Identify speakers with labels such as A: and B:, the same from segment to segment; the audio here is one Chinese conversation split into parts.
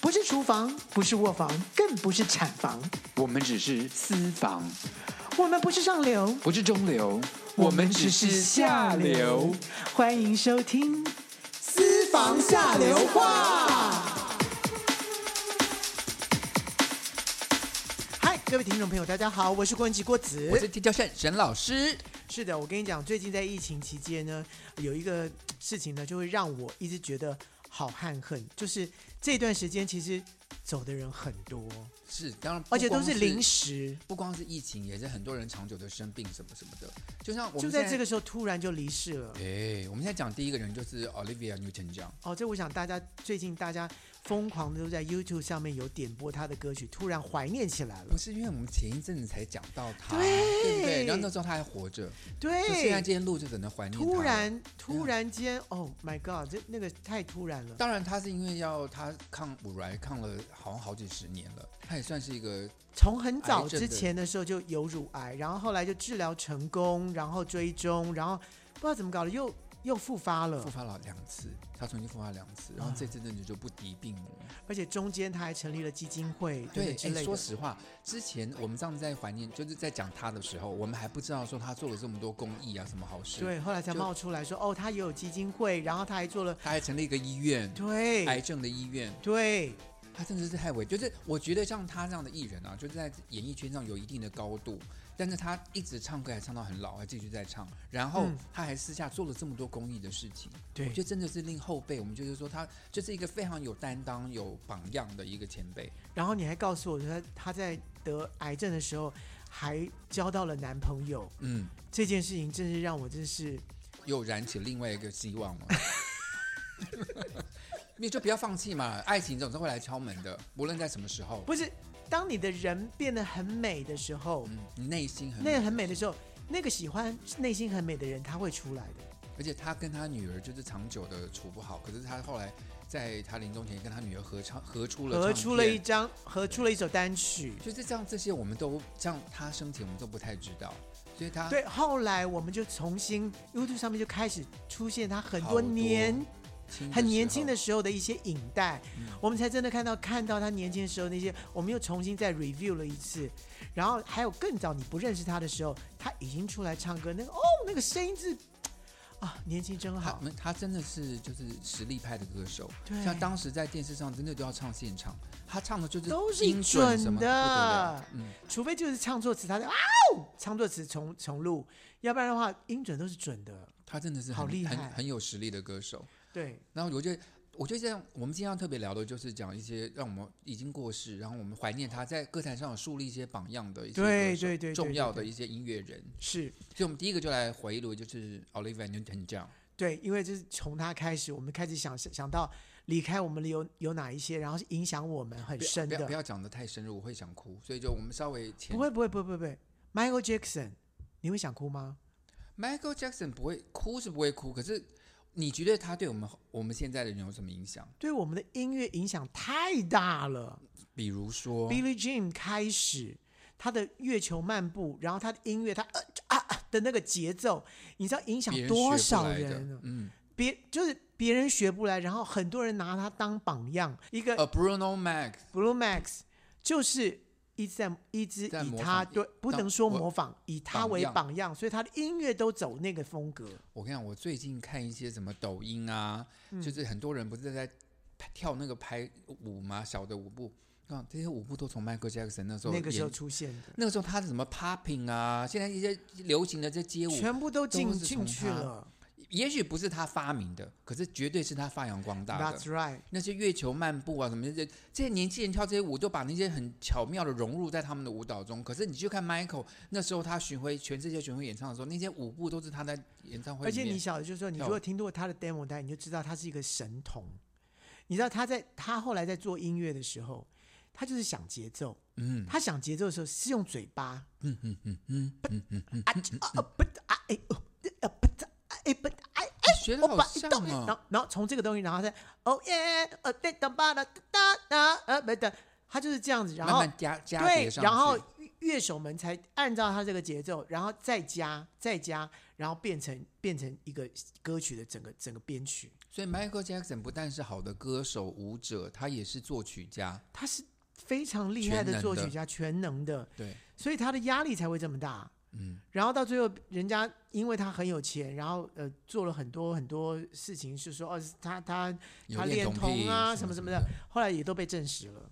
A: 不是厨房，不是卧房，更不是产房，
B: 我们只是私房，
A: 我们不是上流，
B: 不是中流，我们只是下流。。
A: 欢迎收听《私房下流话》。嗨，各位听众朋友，大家好，我是关吉郭子，
B: 我是地教扇沈老师，
A: 是的，我跟你讲，最近在疫情期间呢，有一个事情呢，就会让我一直觉得好憾恨，就是这段时间其实走的人很多，
B: 是当然，
A: 而且都是临
B: 时，
A: 时，
B: 不光是疫情，也是很多人长久的生病什么什么的。就像我们
A: 就在
B: 现
A: 这个，时候突然就离世了。
B: 哎，我们现在讲第一个人就是 Olivia Newton John，
A: 哦，这我想大家最近大家疯狂的都在 YouTube 上面有点播他的歌曲，突然怀念起来了
B: 不。是因为我们前一阵子才讲到他，
A: 对
B: 对不对？然后那时候他还活着，就现在
A: 对，
B: 今天录就只能怀念他了啊
A: 突。然突然间，Oh my God，这那个太突然了。
B: 当然，他是因为要他抗乳癌抗了好像好几十年了，他也算是一个
A: 从很早
B: 癌症
A: 之
B: 的
A: 前的时候就有乳癌，然后后来就治疗成功，然后追踪，然后不知道怎么搞的又又复发了
B: 复，发了两次，他曾经复发两次，
A: 啊
B: 然后这次真的就不敌病魔。
A: 而且中间他还成立了基金会，
B: 对，
A: 啊之类
B: 哎，
A: 的
B: 说。实话，之前我们上次在怀念，就是在讲他的时候，我们还不知道说他做了这么多公益啊，什么好事。，
A: 对，后来才
B: 就
A: 冒出来说，哦，他也有基金会，然后他还做了，
B: 他还成立一个医院，癌
A: 对
B: 症的医院，
A: 对，
B: 他真的是太伟。就是我觉得像他这样的艺人啊，就是在演艺圈上有一定的高度，但是他一直唱歌还唱到很老，还继续在唱，然后
A: 嗯
B: 他还私下做了这么多公益的事情。
A: 对
B: 我觉得真的是令后辈，我们就是说他就是一个非常有担当、有榜样的一个前辈。
A: 然后你还告诉我说他在得癌症的时候还交到了男朋友，
B: 嗯，
A: 这件事情真是让我真是
B: 又燃起另外一个希望了。 你就不要放弃嘛，爱情总是会来敲门的，无论在什么时候。
A: 不是当你的人变得很美的时候，
B: 嗯，你内心很
A: 那个很美的时候，那个喜欢内心很美的人，他会出来的。
B: 而且他跟他女儿就是长久的处不好，可是他后来在他临终前跟他女儿合唱，合出了
A: 合
B: 唱
A: 出了一
B: 片
A: 张，合出了一首单曲。
B: 就是这样，这些我们都像他生前我们都不太知道，所以他
A: 对，后来我们就重新 YouTube 上面就开始出现他很
B: 好
A: 多年
B: 轻的
A: 很年
B: 嗯时
A: 轻的
B: 候
A: 时候的一些影带，
B: 嗯
A: 我们才真的看到看到他年轻的时候那些，我们又重新再 review 了一次，然后还有更早你不认识他的时候，他已经出来唱歌，那个哦，那个声音是啊，年轻真
B: 他
A: 好，
B: 们他真的是就是实力派的歌手，
A: 对
B: 像当时在电视上真的都要唱现场，他唱的就是
A: 都是
B: 音准
A: 准
B: 什
A: 的
B: 么不得了嗯，
A: 除非就是唱作词，他的啊哦，唱作词重重录，要不然的话音准都是准的，
B: 他真的是很
A: 好厉害
B: 很很有实力的歌手。
A: 对，
B: 然后我觉得，我觉得这样，我们今天要特别聊的就是讲一些让我们已经过世，然后我们怀念他在歌坛上有树立一些榜样的一些
A: 对
B: 歌手
A: 对对对
B: 重
A: 对
B: 要
A: 对
B: 的一些音乐人。
A: 是
B: 所以我们第一个就来回忆录，就是 Olivia Newton John。
A: 对，因为就是从他开始，我们开始想想到离开我们的有有哪一些，然后是影响我们很
B: 不要
A: 深
B: 不要不
A: 的，
B: 要讲的太深入，我会想哭。所以就我们稍微前
A: 不会不会不会不会不会，Michael Jackson，你会想哭吗？
B: Michael Jackson 不会哭是不会哭，可是你觉得他对我们我们现在的人有什么影响？
A: 对我们的音乐影响太大了。
B: 比如说，
A: Billie Jean 开始他的月球漫步，然后他的音乐，他呃啊啊的那个节奏，你知道影响
B: 别人
A: 多
B: 学不
A: 少
B: 来的
A: 人啊呢？
B: 嗯，
A: 别就是别人学不来，然后很多人拿他当榜样。一个
B: 呃，Bruno Max。
A: Blue Max 就是一直在一直
B: 在
A: 以
B: 模
A: 他
B: 仿
A: 对不
B: 当
A: 能说
B: 我
A: 模仿，以他
B: 榜
A: 为
B: 样
A: 榜样，所以他的音乐都走那个风格。
B: 我跟你讲，我最近看一些什么抖音啊，
A: 嗯
B: 就是很多人不是在拍跳那个排舞吗？小的舞步，啊，这些舞步都从 Michael Jackson 那时候
A: 那个时候
B: 演
A: 出现的，
B: 那个时候他是什么 popping 啊，现在一些流行的这街舞，
A: 全部都
B: 都
A: 进
B: 是
A: 进
B: 从
A: 去
B: 他
A: 了。
B: 也许不是他发明的，可是绝对是他发扬光大的
A: That's。right。
B: 那些月球漫步啊，什么这些这些年轻人跳这些舞，都把那些很巧妙的融入在他们的舞蹈中。可是你去看 Michael 那时候他巡回全世界巡回演唱的时候，那些舞步都是他在演唱会
A: 而
B: 里
A: 且
B: 面。
A: 你晓得，就是说，你
B: 跳
A: 如果听过他的 demo 带，你就知道他是一个神童。你知道他在他后来在做音乐的时候，他就是想节奏，
B: 嗯
A: 他想节奏的时候是用嘴巴，
B: 嗯嗯嗯嗯嗯嗯嗯，
A: 啊啊啊不啊哎哦啊不啊哎不哎，
B: 你学的
A: 我
B: 好
A: 把一
B: 像
A: 动，然
B: 啊、
A: 后然后从这个东西，然后再哦耶，呃哒哒吧哒哒哒呃不哒，他就是这样子，然
B: 慢
A: 后
B: 慢加加
A: 对
B: 叠，上去。
A: 然后乐手们才按照他这个节奏，然后再加再加，然后变成变成一个歌曲的整个整个编曲。
B: 所以 Michael Jackson 不但是好的歌手、舞者，他也是作曲家。
A: 他是非常厉害
B: 全能
A: 的
B: 的
A: 作曲家，全能的，
B: 对，
A: 所以他的压力才会这么大。
B: 嗯，
A: 然后到最后，人家因为他很有钱，然后呃做了很多很多事情，是说哦他他
B: 有
A: 他恋
B: 童
A: 童
B: 癖
A: 啊
B: 什
A: 什么
B: 什
A: 什么
B: 的
A: 的，后来也都被证实了。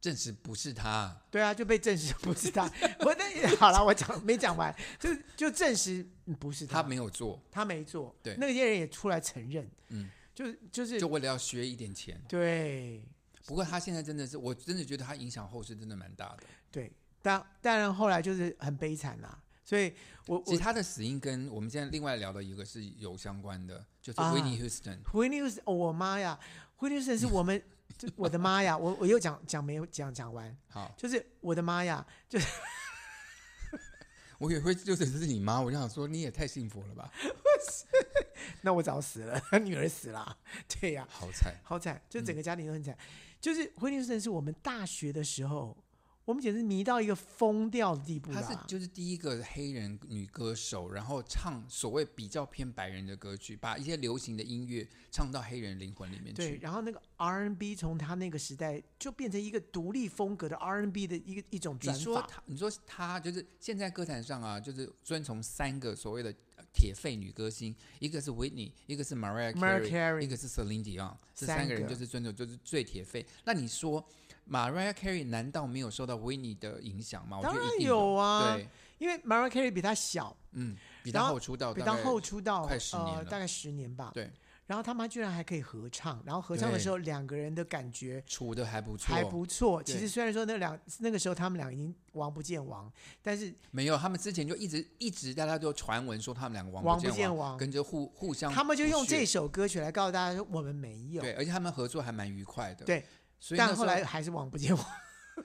B: 证实不是他。
A: 对啊，就被证实不是他。 我那好了，我讲没讲完，就就证实嗯不是
B: 他
A: 他，
B: 没有做，
A: 他没做。
B: 对
A: 那些人也出来承认，
B: 嗯，
A: 就就是
B: 就为了要削一点钱。
A: 对
B: 不过他现在真的是，我真的觉得他影响后世真的蛮大的。
A: 对，但当然后来就是很悲惨啦。所以我
B: 其实
A: 我
B: 他的死因跟我们现在另外聊的一个是有相关的，就是
A: 啊
B: Whitney Houston。
A: Whitney Houston，哦我妈呀，Whitney Houston 是我 们，这我的妈呀，我我又讲讲没有讲讲完，
B: 好，
A: 就是我的妈呀，
B: 我也会就是这是你妈，我就想说你也太幸福了吧，
A: 那我早死了， 女儿死了，对呀、
B: 好惨。
A: 好惨，
B: 嗯
A: 就整个家庭都很惨。就是惠利斯顿是我们大学的时候，我们简直迷到一个疯掉的地步
B: 她是
A: 啦。
B: 就是第一个黑人女歌手，然后唱所谓比较偏白人的歌曲，把一些流行的音乐唱到黑人灵魂里面
A: 对，
B: 去。
A: 然后那个 R&B 从他那个时代就变成一个独立风格的 R&B 的一个一种转
B: 你说
A: 法，
B: 她，你说她就是现在歌坛上啊，就是遵从三个所谓的呃铁肺女歌星，一个是 Whitney，一个是 Mariah
A: Mariah
B: Carey，
A: Carey
B: 一个是 Celine Dion，这
A: 三
B: 三个人
A: 个
B: 就是尊重，就是最铁肺。那你说 Mariah Carey 难道没有受到 Whitney 的影响吗？我觉
A: 当
B: 得一
A: 然
B: 定
A: 有啊，
B: 对，
A: 因为 Mariah Carey 比他小，
B: 嗯，比
A: 然
B: 她
A: 后
B: 后出道，
A: 比
B: 大
A: 他
B: 概
A: 后出道
B: 快十年
A: 呃
B: 了
A: 大概十年吧。
B: 对，
A: 然后他妈居然还可以合唱，然后合唱的
B: 对
A: 时候两个人的感觉
B: 出的还不错，
A: 还不错。其
B: 对
A: 实虽然说那两那个时候他们俩已经王不见王，但是
B: 没有，他们之前就一直一直大家就传闻说他们两个王
A: 王
B: 不
A: 不见
B: 王，
A: 王
B: 跟着互互相，
A: 他们就用这首歌曲来告诉大家说我们没有，
B: 对，而且他们合作还蛮愉快的，
A: 对。
B: 所以那
A: 但
B: 时
A: 后
B: 候
A: 来还是王不见王，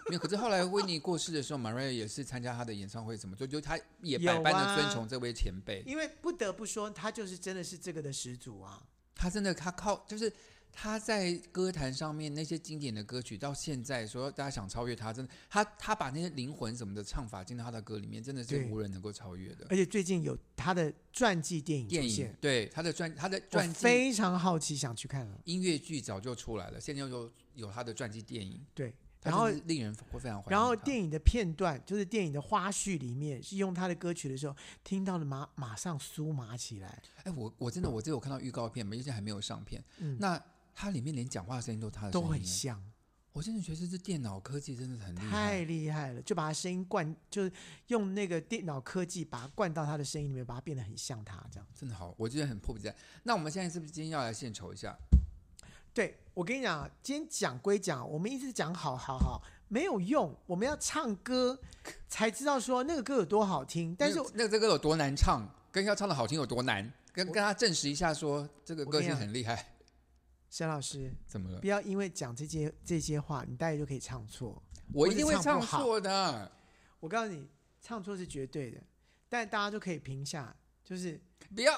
B: 没有，可是后来维尼过世的时候，马瑞也是参加他的演唱会，怎么就就他也
A: 有
B: 百般的
A: 啊
B: 尊崇这位前辈，
A: 因为不得不说他就是真的是这个的始祖啊。
B: 他真的他靠就是他在歌坛上面那些经典的歌曲，到现在说大家想超越他，真的他他把那些灵魂什么的唱法进到他的歌里面，真的是
A: 对
B: 无人能够超越的。
A: 而且最近有他的传记电影出
B: 电影
A: 现，
B: 对他的传他的
A: 我
B: 传记
A: 非常好奇想去看了。
B: 音乐剧早就出来了，现在又有他的传记电影，
A: 对，
B: 他
A: 然后
B: 真是令人会非常怀念
A: 然后
B: 他
A: 电影的片段就是电影的花絮里面是用他的歌曲的时候，听到了马马上酥麻起来。
B: 哎，我我真的我这有看到预告片嘛，因为还没有上片。
A: 嗯
B: 那它里面连讲话的声音都是他啊的声
A: 都
B: 音
A: 很
B: 耶
A: 像，
B: 我真的觉得这电脑科技真的很厉
A: 太
B: 害。
A: 厉害了，就把他声音灌，就是用那个电脑科技把它灌到他的声音里面，把它变得很像他这样。
B: 真的好，我觉得很迫不及待。那我们现在是不是今天要来献丑一下？
A: 对，我跟你讲，今天讲归讲，我们一直讲好好好，没有用。我们要唱 歌才知道说那个歌有多好听。但是
B: 那个那个这个有多难唱，跟要唱的好听有多难，跟
A: 我
B: 跟他证实一下说这个
A: 我
B: 歌
A: 跟你
B: 星
A: 讲
B: 很厉害，
A: 沈老师，
B: 怎么了
A: 不？要因为讲这些这些话，你大概就可以唱错。
B: 我
A: 是
B: 一定会
A: 唱
B: 唱
A: 不好
B: 错的，
A: 我告诉你，唱错是绝对的，但大家都可以评下，就是
B: 不要。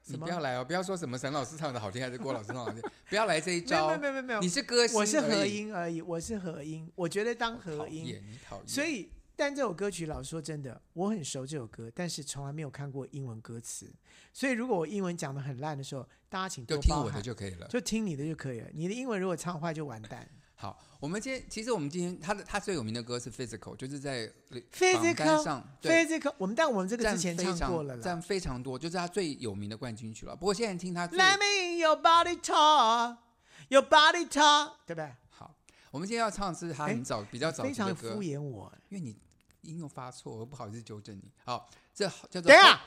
A: 什
B: 你
A: 么
B: 不要来哦！不要说什么沈老师唱的好听还是郭老师唱的好听，不要来这一
A: 没有
B: 招。
A: 没有没有没有
B: 你，是歌星，
A: 我是合，音而已，我是合音，我觉得当合
B: 讨
A: 音，
B: 厌你讨厌。
A: 所以。但这首歌曲，老实说真的，我很熟这首歌，但是从来没有看过英文歌词，所以如果我英文讲的很烂的时候，大家请多
B: 就听
A: 包
B: 我的
A: 涵
B: 就可以了。
A: 就听你的就可以了。你的英文如果唱坏就完蛋。
B: 好，我们今天其实我们今天他的他最有名的歌是 Physical，就是在榜单
A: Physical
B: 上对
A: Physical，我们但我们这个
B: 占
A: 之前
B: 非
A: 唱
B: 常
A: 过了啦。
B: 占非常多，就是他最有名的冠军曲了。不过现在听他最
A: Let me in your body talk, your body talk，对不对？
B: 好，我们今天要唱的是他很早比较早
A: 哎非
B: 期
A: 常
B: 的
A: 敷
B: 歌，
A: 衍我。
B: 因为你音又发错，我不好意思纠正你。好，这好叫做
A: 等一下，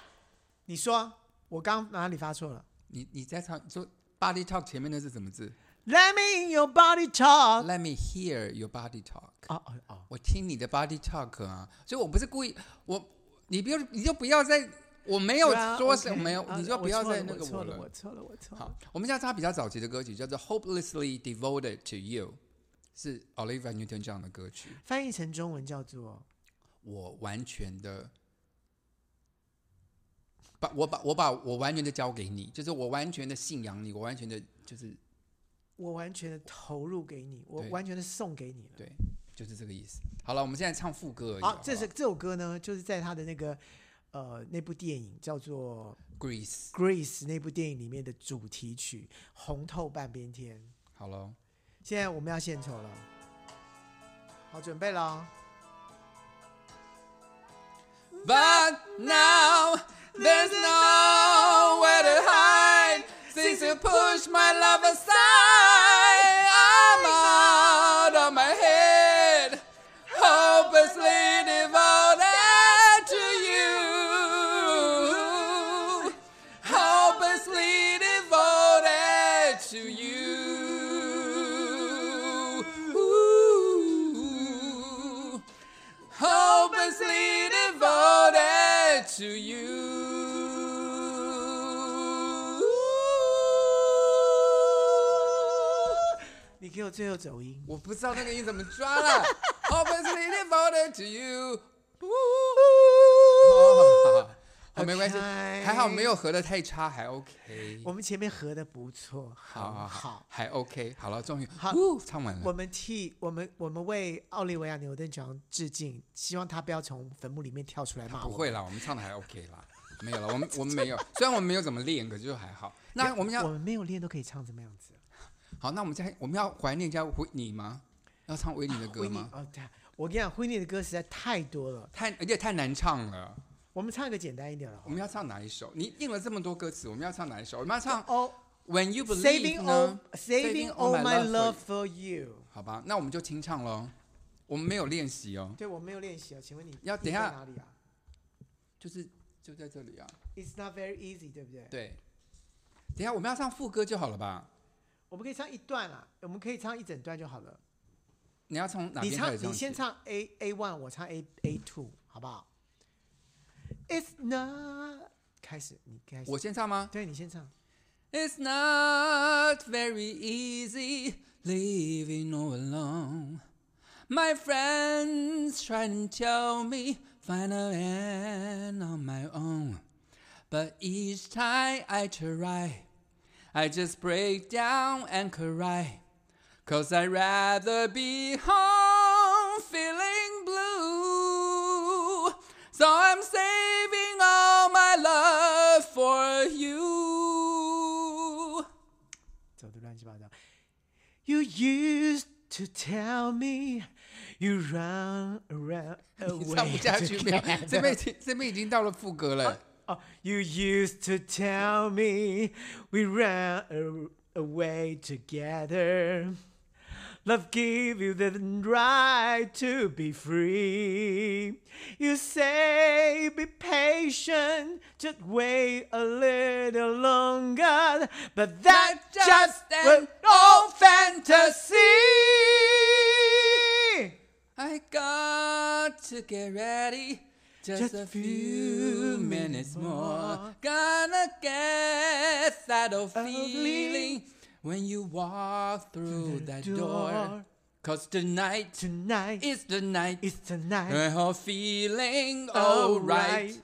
A: 你说我刚哪里发错了
B: 你你在唱说 Body Talk 前面那是什么字
A: ？Let me in your body talk。
B: ？Let me hear your body talk。
A: 哦哦哦，
B: 我听你的 body talk 啊，所以我不是故意，我你不要你就不要再，我没有
A: 对啊
B: 说
A: OK，
B: 什么，没有，
A: 啊
B: 你就不要
A: 我错了
B: 再那个
A: 我错
B: 了。
A: 了，我错了，我错了
B: 好。，我们现在唱比较早期的歌曲，叫做《Hopelessly Devoted to You》，是 Olivia Newton-John 的歌曲。
A: 翻译成中文叫做
B: 我完全的把我把我把我完全的交给你，就是我完全的信仰你，我完全的就是
A: “我完全的投入给你，我
B: 对
A: 完全的送给你了”。
B: 对，就是这个意思。好了，我们现在唱啊副歌而已。好
A: 好，
B: 不
A: 这是
B: 好
A: 这首歌呢，就是在他的那个呃那部电影叫做
B: Grease，
A: 《Grease》那部电影里面的主题曲，红透半边天。
B: 好了，
A: 现在我们要献丑了，好，准备了。哦
B: But now there's nowhere to hide since you pushed my love aside. I'm out of my head, hopelessly devoted to you. Hopelessly devoted to you. Ooh hopelessly devoted to you.
A: 你给我最后走音。
B: 我不知道那个音怎么抓了。hopelessly devoted to you。哦，好没关系，
A: Okay
B: 还好没有合的太差，还 OK。
A: 我们前面合的不错，很
B: 嗯好好好，还 OK。好了，终于
A: 好，
B: 呜，唱完
A: 我
B: 了。
A: 们替我们我们为奥利维亚牛顿强致敬，希望他不要从坟墓里面跳出来骂我。
B: 不会啦，我们唱的还 OK 啦，没有了，我们我们没有，虽然我们没有怎么练，可是就还好。那我们要
A: 我们没有练都可以唱这么样子。啊
B: 好，那我们再我们要怀念一下维尼吗？要唱维尼的歌
A: 维尼
B: 吗？
A: 哦，对啊，我跟你讲，惠妮的歌实在太多了，
B: 太而且太难唱了。
A: 我们唱一个简单一点的好
B: 我
A: 了。
B: 们要唱哪一首？你印了这么多歌词，我们要唱哪一首？我们要唱
A: 哦
B: When You
A: ，Saving all
B: Believe 呢？
A: Saving
B: Saving all
A: all
B: my
A: my love
B: love
A: for you。
B: 好吧，那我们就清唱喽。我们没有练习哦，
A: 对，我没有练习啊，请问你
B: 要
A: 你
B: 等一
A: 在
B: 下
A: 哪里啊
B: 就是就在这里啊。
A: ？It's not very easy，对不对？
B: 对，等一下我们要唱副歌就好了吧？
A: 我们可以唱一段啊，我们可以唱一整段就好了。
B: 你要从哪
A: 你
B: 边开
A: 唱
B: 始，
A: 你先
B: 起
A: 唱 A A one，我唱 A A two，好不好？It's not 开始，你开始，
B: 我先唱吗？
A: 对你先唱。
B: It's not very easy living all alone. My friends try to tell me find an end on my own. But each time I try, I just break down and cry. Cause I'd rather be home feeling blue. So I'm saving all my love for you.
A: 走的乱七八糟。You used to tell me you run around uh,
B: 你唱
A: away
B: 不下 去
A: together
B: 没 有？这边已经这边已经到了副歌了。
A: 哦，You used to tell me we ran a- away together. Love give you the right to be free. You say be patient, just wait a little longer, but that
B: That
A: just
B: just
A: was
B: an
A: all
B: old
A: fantasy.
B: I got to get ready. Just,
A: Just
B: a
A: a few
B: few
A: minutes
B: minutes more.
A: more.
B: Gonna get that old
A: Ugly.
B: feeling when you walk through
A: the
B: that
A: door.
B: door. Cause tonight
A: Tonight
B: is the night.
A: is tonight.
B: The whole feeling
A: Alright.
B: alright.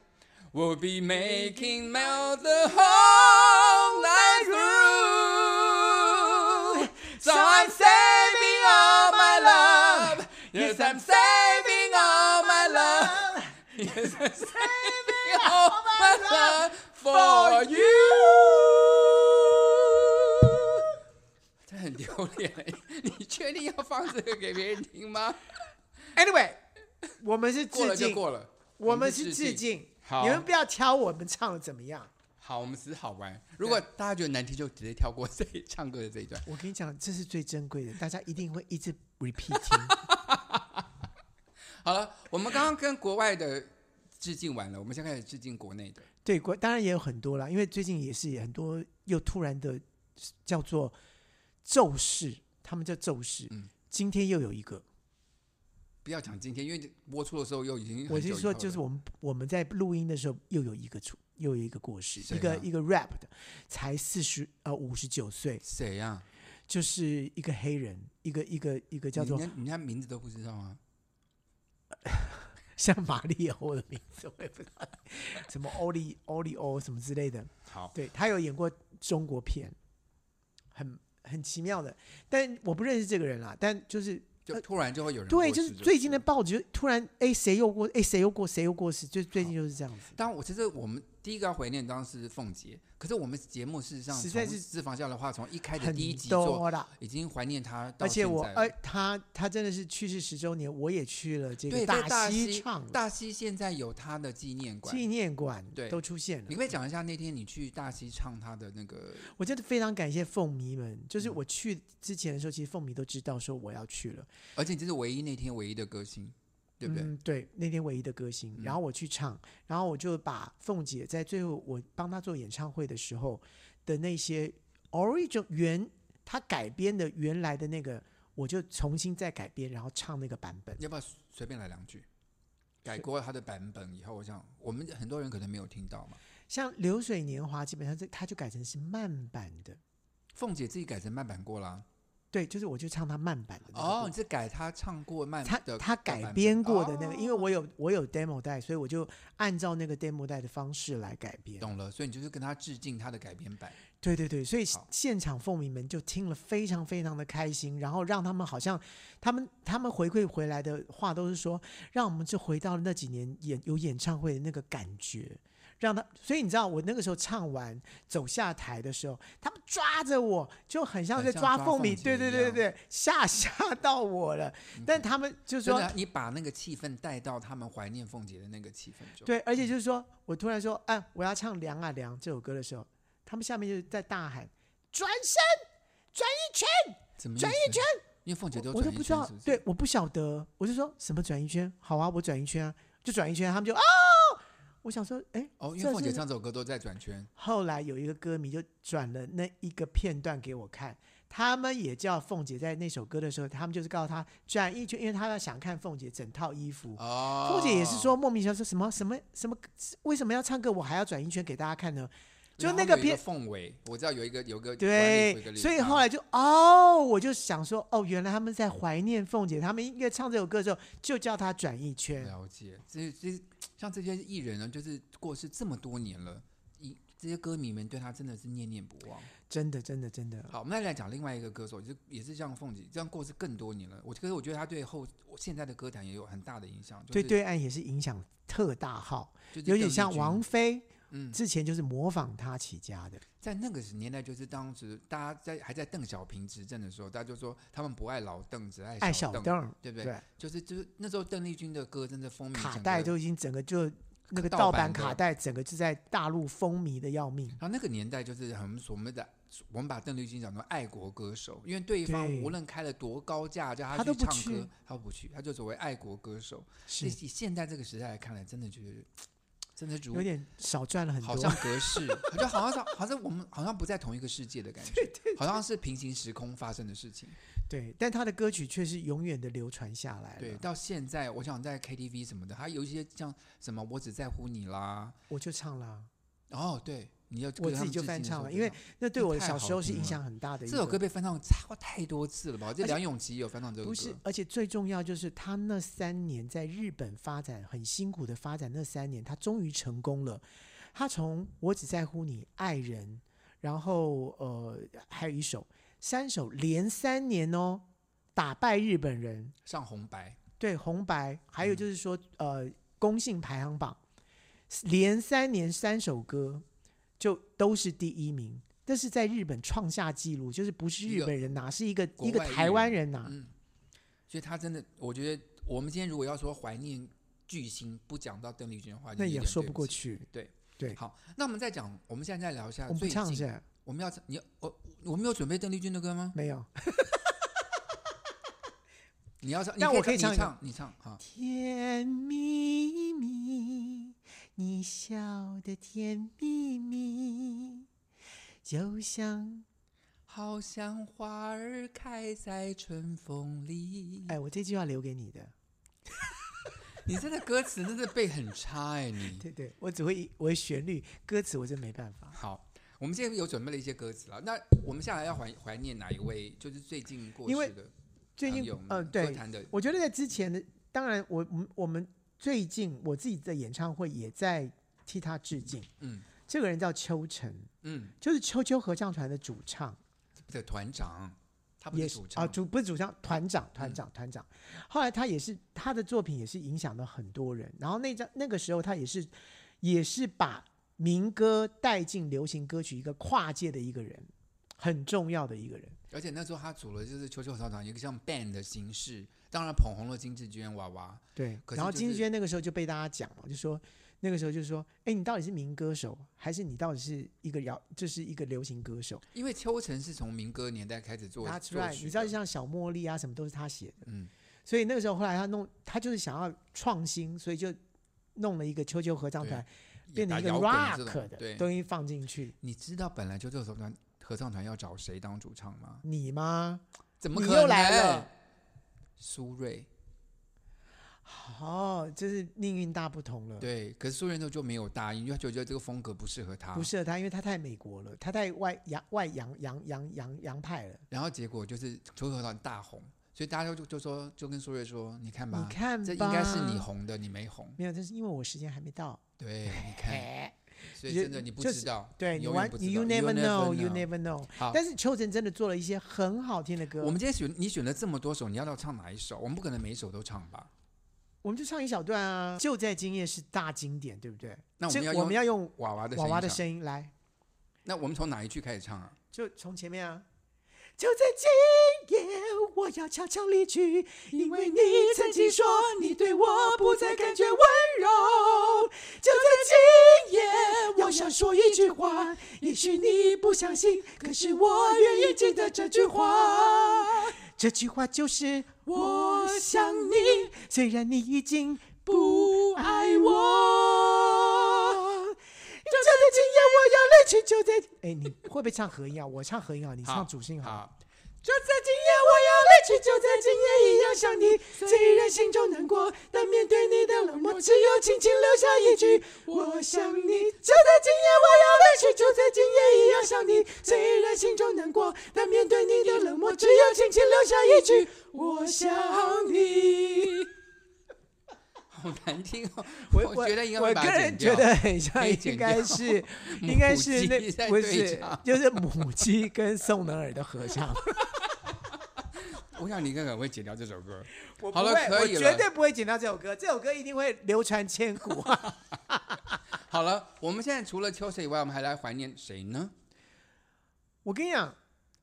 B: We'll be making melt the whole night through. So I'm saving all my love. Yes, I'm saving all my love. Yes, I'm saving all my love for you. 这很丢脸，你确定要放这个给别人听吗？
A: Anyway，我们是
B: 过
A: 致
B: 了就
A: 敬，
B: 过了，
A: 我们是致敬。
B: 好
A: 你们不要挑我们唱的怎么样。
B: 好，我们只是好玩。如果大家觉得难听，就直接跳过这一唱歌的这一段。
A: 我跟你讲，这是最珍贵的，大家一定会一直 repeat 听。
B: 好了，我们刚刚跟国外的致敬完了，我们现在开始致敬国内的。
A: 对，国当然也有很多啦，因为最近也是很多又突然的叫做咒誓，他们叫咒誓。
B: 嗯
A: 今天又有一个，
B: 不要讲今天，因为播出的时候又已经
A: 我
B: 很久以
A: 是
B: 后了
A: 说，就是我们我们在录音的时候又有一个出，又有一个过世，
B: 谁
A: 一个
B: 啊
A: 一个 rap 的，才四十呃五十九岁，
B: 谁呀、啊？
A: 就是一个黑人，一个一个一个叫做
B: 你连你连名字都不知道啊？
A: 像马里欧的名字，我也不知道，什么欧利欧利欧什么之类的。
B: 好，
A: 对他有演过中国片，很很奇妙的。但我不认识这个人啦，但就是
B: 就突然就会有人
A: 对，
B: 过
A: 就
B: 世
A: 是最近的
B: 了。
A: 报纸就突然哎谁又过哎谁又过谁又过世，就最近就是这样子。
B: 但我其实我们第一个要怀念当时是凤姐，可是我们节目事实上
A: 实在是
B: 从私房下的话，从一开始
A: 很
B: 第一集做，
A: 多啦。
B: 已经怀念她到
A: 而且
B: 现
A: 我
B: 在了
A: 呃，他他真的是去世十周年，我也去了这
B: 对
A: 个
B: 在大
A: 西
B: 溪
A: 唱
B: 大溪现在有她的纪念馆，
A: 纪念馆，
B: 对
A: 都出现了
B: 你可。不可以讲一下那天你去大溪唱她的那个？
A: 我真的非常感谢凤迷们，
B: 嗯
A: 就是我去之前的时候，其实凤迷都知道说我要去了，
B: 而且你这是唯一那天唯一的歌星，对不嗯对？
A: 嗯，对，那天唯一的歌星，然后我去唱，然后我就把凤姐在最后我帮她做演唱会的时候的那些 original 原她改编的原来的那个，我就重新再改编，然后唱那个版本。
B: 要不要随便来两句？改过她的版本以后，我想我们很多人可能没有听到嘛。
A: 像《流水年华》，基本上这它就改成是慢版的，
B: 凤姐自己改成慢版过啦。
A: 对，就是我就唱她慢版的那个
B: 哦，
A: 部
B: 你是改她唱过慢
A: 他
B: 的
A: 他
B: 的
A: 改
B: 版
A: 编
B: 本
A: 过的那
B: 哦
A: 个，因为我有我有 demo 带，所以我就按照那个 demo 带的方式来改编。
B: 懂了，所以你就是跟她致敬她的改编版。
A: 对对对，所以
B: 好
A: 现场凤迷们就听了非常非常的开心，然后让他们好像他们他们回馈回来的话都是说，让我们就回到了那几年演有演唱会的那个感觉。让他，所以你知道，我那个时候唱完走下台的时候，他们抓着我，就很像
B: 很
A: 在
B: 像
A: 抓
B: 抓
A: 凤
B: 凤
A: 迷，
B: 姐
A: 对
B: 一
A: 对对
B: 样
A: 对，吓吓到我了。但他们就
B: 嗯真
A: 说
B: 的，你啊把那个气氛带到他们怀念凤姐的那个气氛中。，
A: 对，而且就是说我突然说，哎、我要唱《凉啊凉》这首歌的时候，他们下面就是在大喊“转身
B: 怎么
A: 转
B: 一圈？因为凤姐”，都
A: 我
B: 转
A: 都
B: 一
A: 不
B: 圈，
A: 知道
B: 是不，是
A: 对，，我不晓得，我就说什么转一圈，好啊，我转一圈啊，就转一圈，他们就哦，我想说，哎，
B: 哦，因
A: 这
B: 为凤姐
A: 是
B: 唱这首歌都在转圈，
A: 后来有一个歌迷就转了那一个片段给我看，他们也叫凤姐在那首歌的时候，他们就是告诉她转一圈，因为他要想看凤姐整套衣服。
B: 哦，
A: 凤姐也是说莫名其妙说什么什么什么，为什么要唱歌我还要转一圈给大家看呢？就
B: 然后
A: 那个
B: 有一
A: 片
B: 凤尾，我知道有一个有一个管理处有一个啊
A: 对，
B: 理
A: 所以
B: 发
A: 后来就哦，我就想说，哦，原来他们在怀念凤姐，他们因为唱这首歌的时候就叫她转一圈。
B: 了解，这这像这些艺人呢，就是过世这么多年了，一这些歌迷们对他真的是念念不忘。
A: 真的，真的，真的，
B: 好，我们再来讲另外一个歌手，也是也是像凤姐这样过世更多年了。我可是我觉得他对后我现在的歌坛也有很大的影响，就是、
A: 对对岸也是影响特大号，
B: 就是
A: 有点
B: 邓丽
A: 像
B: 君
A: 王菲
B: 嗯，
A: 之前就是模仿她起家的。
B: 在那个年代，就是当时大家在还在邓小平执政的时候，大家就说他们不爱老邓，只爱
A: 爱
B: 小
A: 小
B: 邓，
A: 邓，
B: 对不对？
A: 对，
B: 就是就是那时候邓丽君的歌真的风靡
A: 卡
B: 整
A: 带
B: 个
A: 都已经整个就那个
B: 盗
A: 盗
B: 版
A: 版
B: 的
A: 卡带，整个就在大陆风靡的要命。
B: 然后那个年代就是很我们的，我们把邓丽君讲成爱国歌手，因为对方
A: 对
B: 无论开了多高价叫
A: 她
B: 他
A: 都
B: 去
A: 不
B: 唱
A: 去
B: 歌，他都不去，他就所谓爱国歌手。所
A: 是
B: 以，以现在这个时代来看来，真的觉得，真的如
A: 有点少赚了很
B: 好
A: 多。
B: 像隔世，就 好像是好像我们好像不在同一个世界的 感觉，好像是平行时空发生的事情。
A: 对，但她的歌曲却是永远的流传下来
B: 对，
A: 了。
B: 到现在我想在 KTV 什么的，还有一些像什么我只在乎你啦，
A: 我就唱啦。
B: 哦，对，你要
A: 我自己就翻唱了因为那对
B: 这
A: 我的
B: 太
A: 小
B: 好
A: 时候是
B: 听
A: 影
B: 了
A: 响很大的一
B: 这首
A: 个
B: 歌被翻唱超太多次了吧？我记得
A: 而且
B: 梁咏琪也有翻唱这首歌，
A: 不是，而且最重要就是他那三年在日本发展很辛苦的发展，那三年他终于成功了。他从《我只在乎你》《爱人》，然后呃还有一首，三首连三年哦，打败日本人，
B: 上红白，
A: 对红白，还
B: 嗯
A: 有就是说、呃公信排行榜，连三年三首歌就都是第一名。这是在日本创下纪录，就是不是
B: 一
A: 日
B: 个
A: 本人拿，是一个
B: 国
A: 一个
B: 外艺
A: 台
B: 人
A: 湾人拿。
B: 嗯，所以他真的，我觉得我们今天如果要说怀念巨星，不讲到邓丽君的话，就
A: 那
B: 有
A: 也
B: 点
A: 说
B: 对
A: 不
B: 不
A: 过
B: 起。
A: 去。
B: 好，那我们再讲，我们现在再聊一下
A: 我们不
B: 最
A: 唱
B: 近，
A: 是
B: 我们要唱你我我们有准备邓丽君的歌吗？
A: 没 有。
B: 你要唱，你
A: 那我可以
B: 唱，
A: 唱
B: 你
A: 一个
B: 唱，你唱好。
A: 甜蜜蜜，你笑得甜蜜蜜，就像……
B: 好像花儿开在春风里。
A: 哎，我这句话留给你的。
B: 你真的歌词真的背很差 哎、你。
A: 对对，我只会我会旋律，歌词我真没办法。
B: 好，我们现在有准备了一些歌词了。那我们下来要怀怀念哪一位？就是最近过
A: 因为
B: 世的
A: 最
B: 朋
A: 近
B: 友
A: 嗯
B: 们，、歌
A: 对，
B: 坛的
A: 我觉得在之前的，当然我我我们最近我自己的演唱会也在替他致敬。
B: 嗯
A: 这个人叫秋晨，
B: 嗯
A: 就是秋秋合唱团的主唱。
B: 的团长，他啊不
A: 也
B: 是
A: 是
B: 主
A: 啊，
B: 唱，嗯
A: 主不是主唱，团长，团长，团长。后来他也是他的作品也是影响了很多人，然后那张那个时候他也是也是把民歌带进流行歌曲一个跨界的一个人，很重要的一个人。
B: 而且那时候他组了就是球球草场一个像 band 的形式，当然捧红了金志娟娃娃。
A: 对，
B: 可是
A: 然后
B: 就
A: 金志
B: 是
A: 娟那个时候就被大家讲嘛，就说那个时候就说，哎，你到底是民歌手，还是你到底是一个摇，就是一个流行歌手
B: 因为秋晨是从民歌年代开始做
A: ？That's
B: 作
A: right，
B: 曲的，
A: 你知道，就像小茉莉啊，什么都是他写的。
B: 嗯，
A: 所以那个时候后来他弄，他就是想要创新，所以就弄了一个秋秋合唱团，变成一个
B: 也打摇滚这
A: rock
B: 种
A: 的
B: 对，
A: 东西放进去。
B: 你知道本来秋秋合唱团合唱团要找谁当主唱吗？
A: 你吗？
B: 怎么
A: 你
B: 可能？
A: 又来了
B: 苏芮
A: 哦，就是命运大不同了。
B: 对，可是苏芮那时候就没有答应，因为他觉得这个风格不适合他。
A: 不适合他，因为他太美国了，他太外洋外洋洋洋洋洋派了。
B: 然后结果就是秋合团大红，所以大家就就说就跟苏芮说，你看
A: 你
B: 吧，
A: 看吧，
B: 这应该是你红的，你没红。
A: 没有，但是因为我时间还没到。
B: 对，你看，
A: 哎，
B: 所以
A: 就
B: 真的你不
A: 就
B: 知
A: 是
B: 道，
A: 对
B: 你
A: 你
B: 永远
A: 完
B: 不知
A: ，you never
B: 道
A: know，you
B: know
A: never know。
B: 好，
A: 但是邱晨真的做了一些很好听的歌，
B: 我们今天选你选了这么多首，你要到唱哪一首？我们不可能每一首都唱吧？
A: 我们就唱一小段啊，《就在今夜》是大经典，对不对？
B: 那我
A: 这
B: 们要
A: 我们
B: 要
A: 要用
B: 娃娃的
A: 娃娃的
B: 唱
A: 声音来，
B: 那我们从哪一句开始唱啊？
A: 就从前面啊。就在今夜，我要悄悄离去，因为你曾经说你对我不再感觉温柔。就在今夜，我想说一句话，也许你不相信，可是我愿意记得这句话。这句话就是我想你， 虽然你已经不爱我。就在今夜，我要离去，就在……哎，你会不会唱合音啊？我唱合音啊，你
B: 好
A: 唱主性好了。
B: 好，
A: 就在今夜，我要离去，就在今夜，一样想你。虽然心中难过，但面对你的冷漠，只有轻轻留下一句“我想你”。就在今夜，我要离去，就在今夜，一样想你。虽然心中难过，但面对你的冷漠，只有轻轻留下一句“我想你
B: 好难听哦！我”
A: 我。
B: 觉得应该
A: 我
B: 会把
A: 个
B: 它
A: 人
B: 剪
A: 觉
B: 掉。
A: 得很像，
B: 可以剪
A: 应该
B: 掉
A: 是
B: 母
A: 应该是
B: 鸡
A: 那
B: 在
A: 不
B: 对
A: 是
B: 唱
A: 就是母鸡跟宋能尔的合唱。
B: 我想你应该很会剪掉这首歌。
A: 我不
B: 好了
A: 会
B: 可以
A: 我
B: 了
A: 绝对不会剪掉这首歌，这首歌一定会流传千古。啊
B: 好了，我们现在除了秋水以外，我们还来怀念谁呢？
A: 我跟你讲，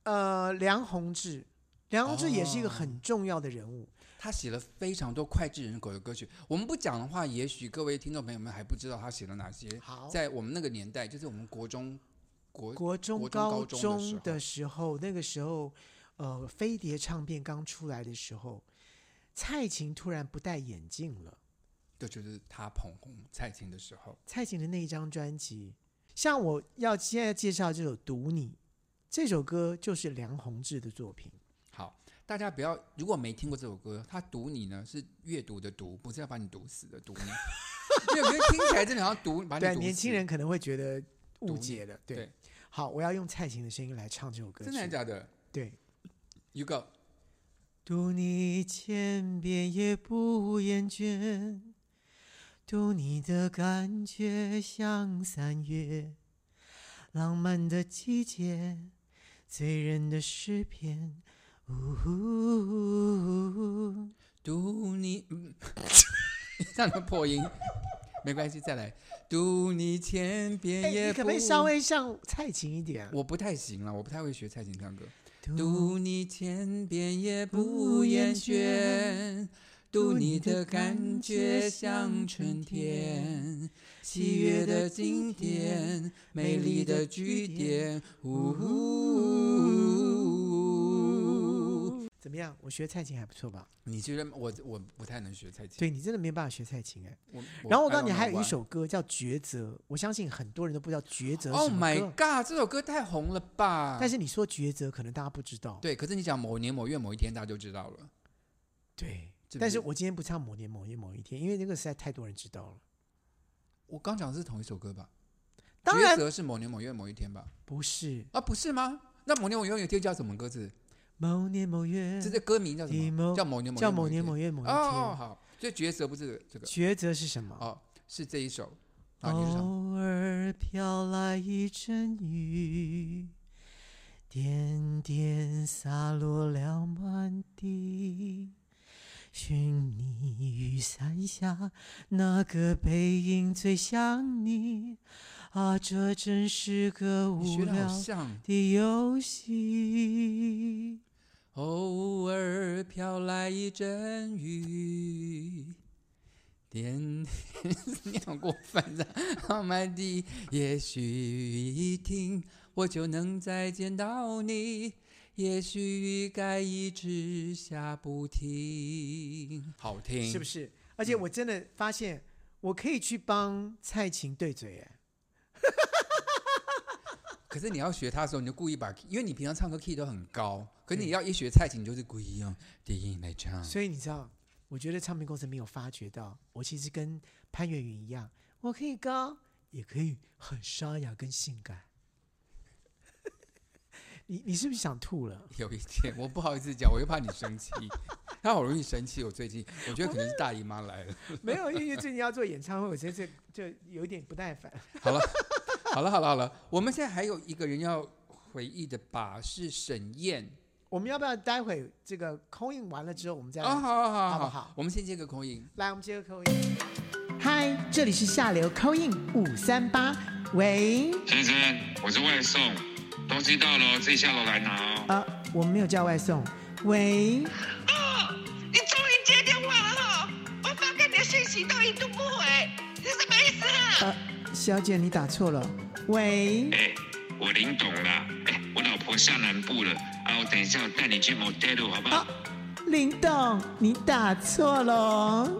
A: 呃，梁鸿志，梁鸿志也是一个很重要的人物。
B: 他写了非常多脍炙人口的歌曲。我们不讲的话，也许各位听众朋友们还不知道他写了哪些。
A: 好，
B: 在我们那个年代，就是我们国中国
A: 国中、
B: 国中
A: 高
B: 高中的时
A: 中的时候，
B: 候
A: 那个时候，呃，飞碟唱片刚出来的时候，蔡琴突然不戴眼镜了。
B: 对，就是他捧红蔡琴的时候。
A: 蔡琴的那一张专辑，像我要现在介绍这首《读你》，这首歌就是梁鸿志的作品。
B: 好，大家不要，如果没听过这首歌，他读你呢是阅读的读，不是要把你毒死的读你。 因为我觉得听起来真的好像毒，把你毒
A: 对，啊
B: 死
A: 年轻人可能会觉得误
B: 读
A: 解了。对
B: 对，
A: 好，我要用蔡琴的声音来唱这首歌曲。
B: 真的还假的
A: 对。
B: ？You go，
A: 读你千遍也不厌倦，读你的感觉像三月，浪漫的季节，醉人的诗篇。呜呼！
B: 读你，嗯 这样的破音 没关系，再来读你千
A: 哎，
B: 遍也
A: 你
B: 不。
A: 可不可以稍？微像蔡琴一点啊？
B: 我不太行了，我不太会学蔡琴唱歌。
A: 读
B: 读你千遍也不厌倦，读你的感觉像春天，喜悦的经典，美丽的句点。呜，
A: 怎么样？我学蔡琴还不错吧？
B: 你觉得我我不太能学蔡琴？
A: 对你真的没办法学蔡琴哎。
B: 我
A: 然后我告诉你，
B: I don't know
A: 还有一
B: why。
A: 首歌叫《抉择》，我相信很多人都不知道《抉择》是
B: Oh
A: 什么
B: my
A: 歌。
B: god！这首歌太红了吧？
A: 但是你说抉择，可能大家不知道。
B: 对，可是你讲某年某月某一天，大家就知道了。
A: 对
B: 这
A: 但是
B: 不是
A: 我今天不唱某年某月某一天，因为那个实在太多人知道了。
B: 我刚讲的是同一首歌吧？
A: 当
B: 抉
A: 然
B: 择是某年某月某一天吧？
A: 不是
B: 啊，不是吗？那某年某月某一天叫什么歌词？
A: 某年某月
B: 这，是歌名叫什
A: 你某
B: 么？叫某年某
A: 嗯叫某年某
B: 月
A: 月某
B: 某
A: 一
B: 一
A: 天。
B: 天哦哦，好，所以角色不是这个
A: 抉择是什么？
B: 哦，是这一首。啊，你是唱
A: 偶尔飘来一阵雨，点点洒落了满地。寻你于山下，那个背影最像你。啊，这真是个
B: 你
A: 无
B: 学的好
A: 聊
B: 像。
A: 的游戏。
B: 偶尔飘来一阵雨，点你好过分的傲慢的，也许一听我就能再见到你，也许雨该一直下不停，好听
A: 是不是？而且我真的发现，我可以去帮蔡琴对嘴哎耶。
B: 可是你要学他的时候，你就故意把，因为你平常唱歌 key 都很高，可是你要一学蔡琴，你就是故意用低音来唱。
A: 所以你知道，我觉得唱片公司没有发觉到，我其实跟潘越云一样，我可以高，也可以很沙哑跟性感。 你你是不是想吐 了？
B: 有一天，我不好意思讲，我又怕你生气。他好容易生气，我最近我觉得可能是大姨妈来了。
A: 没有，因为最近要做演唱会，我觉得这就有点不耐烦。
B: 好了，好了，好了，好了，我们现在还有一个人要回忆的吧，是沈燕。
A: 我们要不要待会这个空印完了之后，我们再来
B: 啊，好好好
A: 好不
B: 好
A: 好
B: 我们先接个口音。
A: 来，我们接个扣音。嗨，这里是下流扣印五三八，喂，
C: 先生，我是外送，东西到了哦自己下楼来拿哦。
A: 呃，我们没有叫外送，喂，
D: 哦，你终于接电话了哈、我发给你的信息都一度不回，你什么意思啊？
A: 呃，小姐你打错了，喂，
C: 哎、我领懂了，哎、我老婆下南部了，啊，我等一下我带你去 motel 好不好？
A: 啊，林董你打错了哦，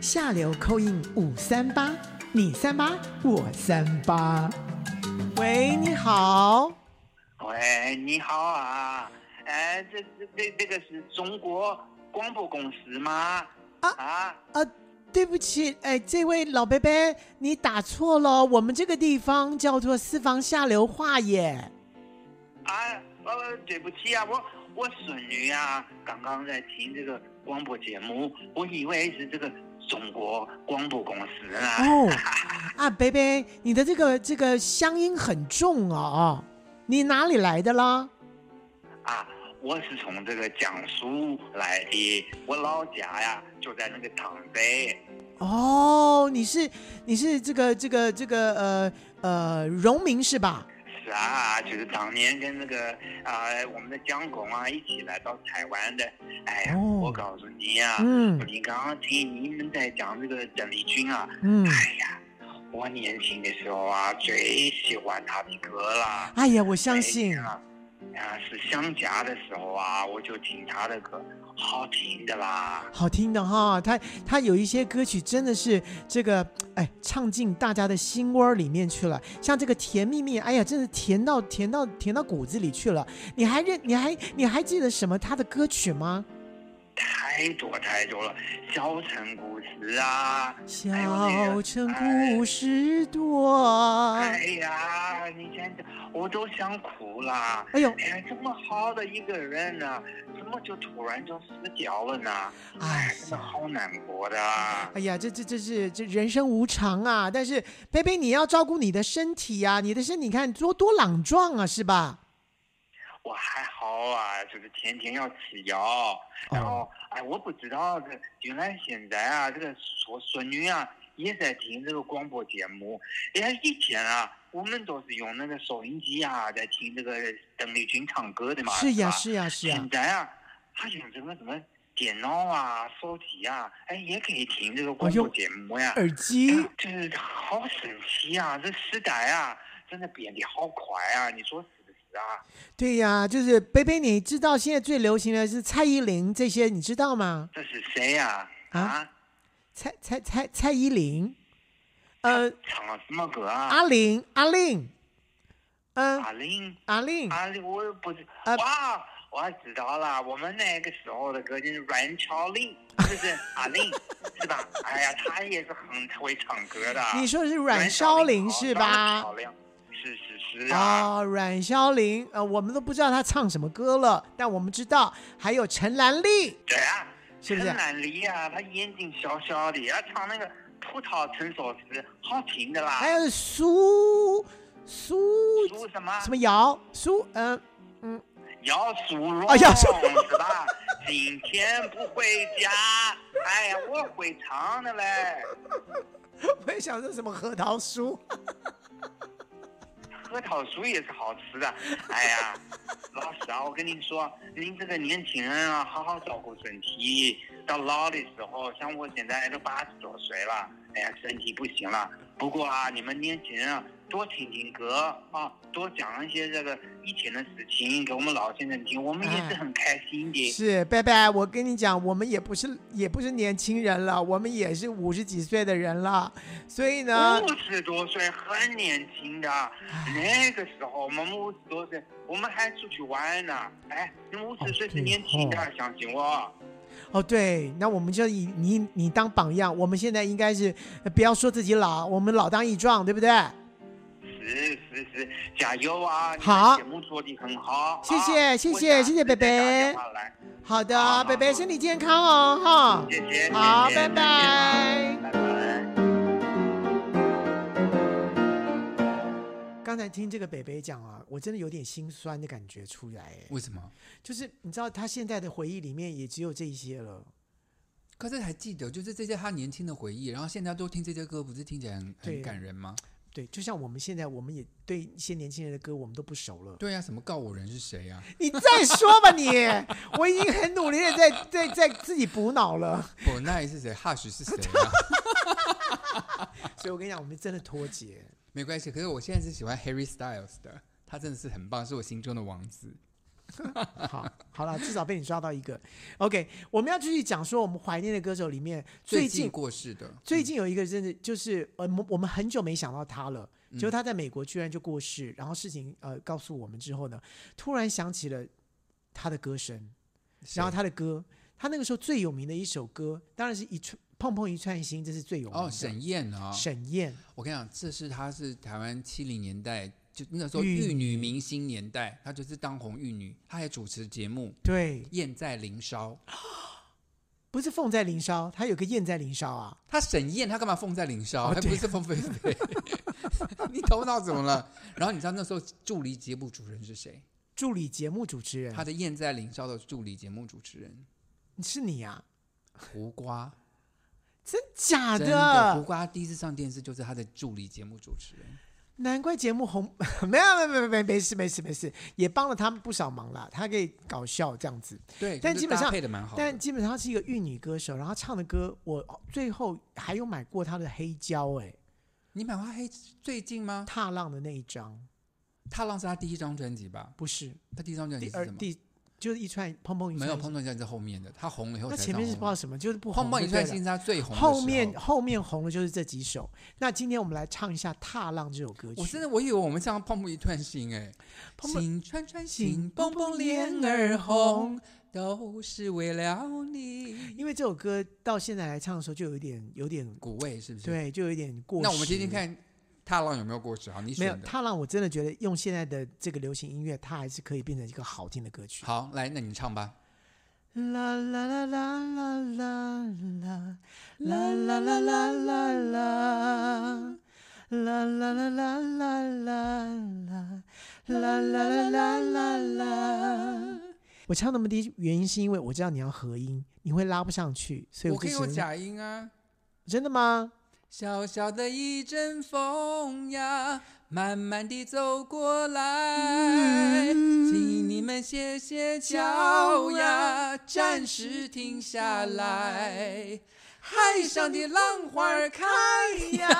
A: 下流扣印五三八，你三八我三八，喂，你好，
E: 喂，你好啊，哎，这这这这个是中国广播公司吗？
A: 啊
E: 啊，
A: 呃，对不起，哎，这位老伯伯你打错了，我们这个地方叫做私房下流话耶。
E: 啊，呃，对不起啊，我我孙女啊，刚刚在听这个广播节目，我以为是这个中国广播公司呢。
A: 哦，啊，贝贝，你的这个这个乡音很重哦哦，你哪里来的啦？
E: 啊，我是从这个江苏来的，我老家呀就在那个汤镇。
A: 哦，你是你是这个这个这个呃呃荣民是吧？
E: 是啊，就是当年跟那个啊、我们的蒋公啊一起来到台湾的。哎呀，
A: 哦
E: 我告诉你呀、
A: 嗯
E: 你刚刚听你们在讲这个邓丽君啊，
A: 嗯，
E: 哎呀，我年轻的时候啊最喜欢她的歌了。
A: 哎呀，我相
E: 哎
A: 信，
E: 呀啊，是乡家的时候啊，我就听她的歌，好听的啦。
A: 好听的哈，他他有一些歌曲真的是这个哎唱进大家的心窝里面去了，像这个《甜蜜蜜》，哎呀，真是甜到甜到甜到骨子里去了。你还认你还你还记得什么他的歌曲吗？
E: 太多太多了，小城故事啊，还有那
A: 小
E: 个
A: 城
E: 哎
A: 故事多。
E: 哎呀，你真的，我都想哭啦！
A: 哎呦，
E: 哎呀，这么好的一个人呢、怎么就突然就死掉了呢？
A: 哎
E: 哎
A: 呀
E: 呀，真的好难过的啊！
A: 哎呀，这这这是这人生无常啊！但是贝贝，你要照顾你的身体啊，你的身体你看多多朗壮啊，是吧？
E: 我还好啊，就是天天要吃
A: 哦
E: 药，然后哎，我不知道这原来现在啊，这个我孙女啊也在听这个广播节目。哎，以前啊，我们都是用那个收音机啊在听这个邓丽君唱歌的嘛，
A: 是呀，
E: 吧
A: 是呀，是呀
E: 啊现。在啊，他用这个什么电脑啊、手机啊，哎，也可以听这个广
A: 哎
E: 播节目呀。
A: 耳机
E: 啊就是好神奇啊！这时代啊，真的变得好快啊！你说是不是啊？
A: 对呀、就是贝贝，你知道现在最流行的是蔡依林这些，你知道吗？
E: 这是谁呀、
A: 啊
E: 啊？
A: 蔡蔡蔡蔡依林，呃，
E: 唱了什么歌啊？
A: 阿玲阿令，嗯、
E: 阿玲，
A: 阿令，
E: 阿玲，我不是
A: 嗯啊
E: 哇，我知道了，我们那个时候的歌就是阮乔玲，是不是阿玲？是吧？哎呀，她也是很会唱歌的。
A: 你说的是阮昭玲是吧？
E: 哦阮小玲是是是啊，
A: 哦，阮萧玲，呃，我们都不知道她唱什么歌了，但我们知道还有陈兰丽，
E: 对啊，
A: 是不是
E: 陈兰丽啊，她眼睛小小的，她唱那个《葡萄成熟时》好听的啦。
A: 还有苏苏
E: 苏什么
A: 什么瑶苏，嗯、
E: 姚苏荣
A: 哎呀苏
E: 是吧？今天不回家，哎呀，我会唱的嘞。
A: 我也想说什么核桃酥，
E: 核桃酥也是好吃的。 哎呀，老师啊，我跟您说，您这个年轻人啊，好好照顾身体。到老的时候，像我现在都八十多岁了，哎呀，身体不行了。不过啊，你们年轻人啊，多听听歌啊，多讲一些这个以前的事情给我们老先生听，我们也是很开心的。
A: 是贝贝，我跟你讲，我们也不是也不是年轻人了，我们也是五十几岁的人了，所以呢，
E: 五十多岁很年轻的，那个时候我们五十多岁，我们还出去玩呢。哎，你们五十岁是年轻的，相信我。
A: 哦对，那我们就以你你当榜样，我们现在应该是呃不要说自己老，我们老当益壮，对不对？
E: 是是是，加油啊！你的
A: 好
E: 节目做的很好。
A: 谢谢
E: 啊
A: 谢
E: 我
A: 谢
E: 下
A: 谢
E: 次
A: 谢北
E: 再打电
A: 北
E: 话来
A: 好
E: 好
A: 的，
E: 好
A: 贝贝
E: 好嗯
A: 身体健康哦哈，
E: 谢谢。
A: 好，
E: 谢谢
A: 拜。
E: 啊
A: 拜。
E: 拜拜。
A: 刚才听这个北北讲啊，我真的有点心酸的感觉出来，哎
B: 为什么？
A: 就是你知道他现在的回忆里面也只有这一些了。
B: 可是还记得，就是这些他年轻的回忆，然后现在都听这些歌，不是听起来很
A: 对
B: 很感人吗？
A: 对，就像我们现在，我们也对一些年轻人的歌我们都不熟了。
B: 对呀、什么告我人是谁呀、
A: 你再说吧你， 我已经很努力的在在在自己补脑了。
B: 我奈是谁？Hush 是谁呀、
A: 所以我跟你讲，我们真的脱节。
B: 没关系，可是我现在是喜欢 Harry Styles 的，他真的是很棒，是我心中的王子。
A: 好，好了，至少被你抓到一个。OK，我们要继续讲说我们怀念的歌手里面，最
B: 最
A: 近
B: 近过世的，
A: 最近有一个真的就是呃，我们我们很久没想到他了，结
B: 嗯
A: 果他在美国居然就过世，然后事情呃告诉我们之后呢，突然想起了他的歌声，然后
B: 谁
A: 他的歌，他那个时候最有名的一首歌，当然是一串碰碰一串心，这是最有名的。
B: 哦，沈燕啊、
A: 沈燕，
B: 我跟你讲，这是她是台湾七零年代，就那时候
A: 玉
B: 玉女明星年代，她就是当红玉女，她还主持节目
A: 对，
B: 《燕在林梢》。
A: 不是凤在林梢，他有个燕在林梢啊。
B: 她沈燕，她干嘛凤在林梢？
A: 哦
B: 还不是凤飞飞？ 你头脑怎么了？然后你知道那时候助理节目主持人是谁？
A: 助理节目主持人
B: 她的燕在林梢的助理节目主持人
A: 是你啊？
B: 胡瓜。
A: 真假
B: 真的，胡瓜第一次上电视就是他的助理节目主持人。
A: 难怪节目红， 没有没有没有没有没事没事没事，也帮了他们不少忙啦。他可以搞笑这样子，
B: 对，
A: 但
B: 就是
A: 基本上
B: 搭配的蛮好的。
A: 但基本上是一个玉女歌手，然后她唱的歌，我最后还有买过她的黑胶、哎，
B: 你买花黑最近吗？
A: 踏浪的那一张
B: 踏浪是他第一张专辑吧？
A: 不是
B: 他第一张专辑
A: 第
B: 是
A: 二
B: 什么？
A: 第就是一串砰砰一
B: 没有
A: 串，
B: 碰撞一下是后面的，他红了以后
A: 那
B: 才
A: 前
B: 上
A: 面是不知道
B: 红。
A: 什么，就是不
B: 碰
A: 红
B: 碰
A: 就
B: 一
A: 对
B: 串
A: 了
B: 心是他最红的时候。
A: 后面后面红的就是这几首。那今天我们来唱一下《踏浪》这首歌曲。
B: 我真的我以为我们像碰碰一串心哎，
A: 碰碰
B: 心串串
A: 心
B: 心，蹦蹦脸儿红，都是为了你。
A: 因为这首歌到现在来唱的时候，就有一点有点
B: 古味是不是？。
A: 对，就有一点过时。
B: 那我们听听看踏浪有没有过时啊？你
A: 没有
B: 选的。
A: 踏浪，我真的觉得用现在的这个流行音乐，它还是可以变成一个好听的歌曲。
B: 好，来，那你唱吧。
A: 啦啦啦啦啦啦啦啦啦啦啦啦啦。啦啦啦啦啦啦啦啦啦啦啦啦啦！我唱那么低，原因是因为我知道你要合音，你会拉不上去，所以
B: 我可
A: 就
B: 以用
A: 只能
B: 假音啊。
A: 真的吗？
B: 小小的一阵风呀，慢慢地走过来，请你们歇歇脚呀，暂时停下来。海上的浪花儿开呀，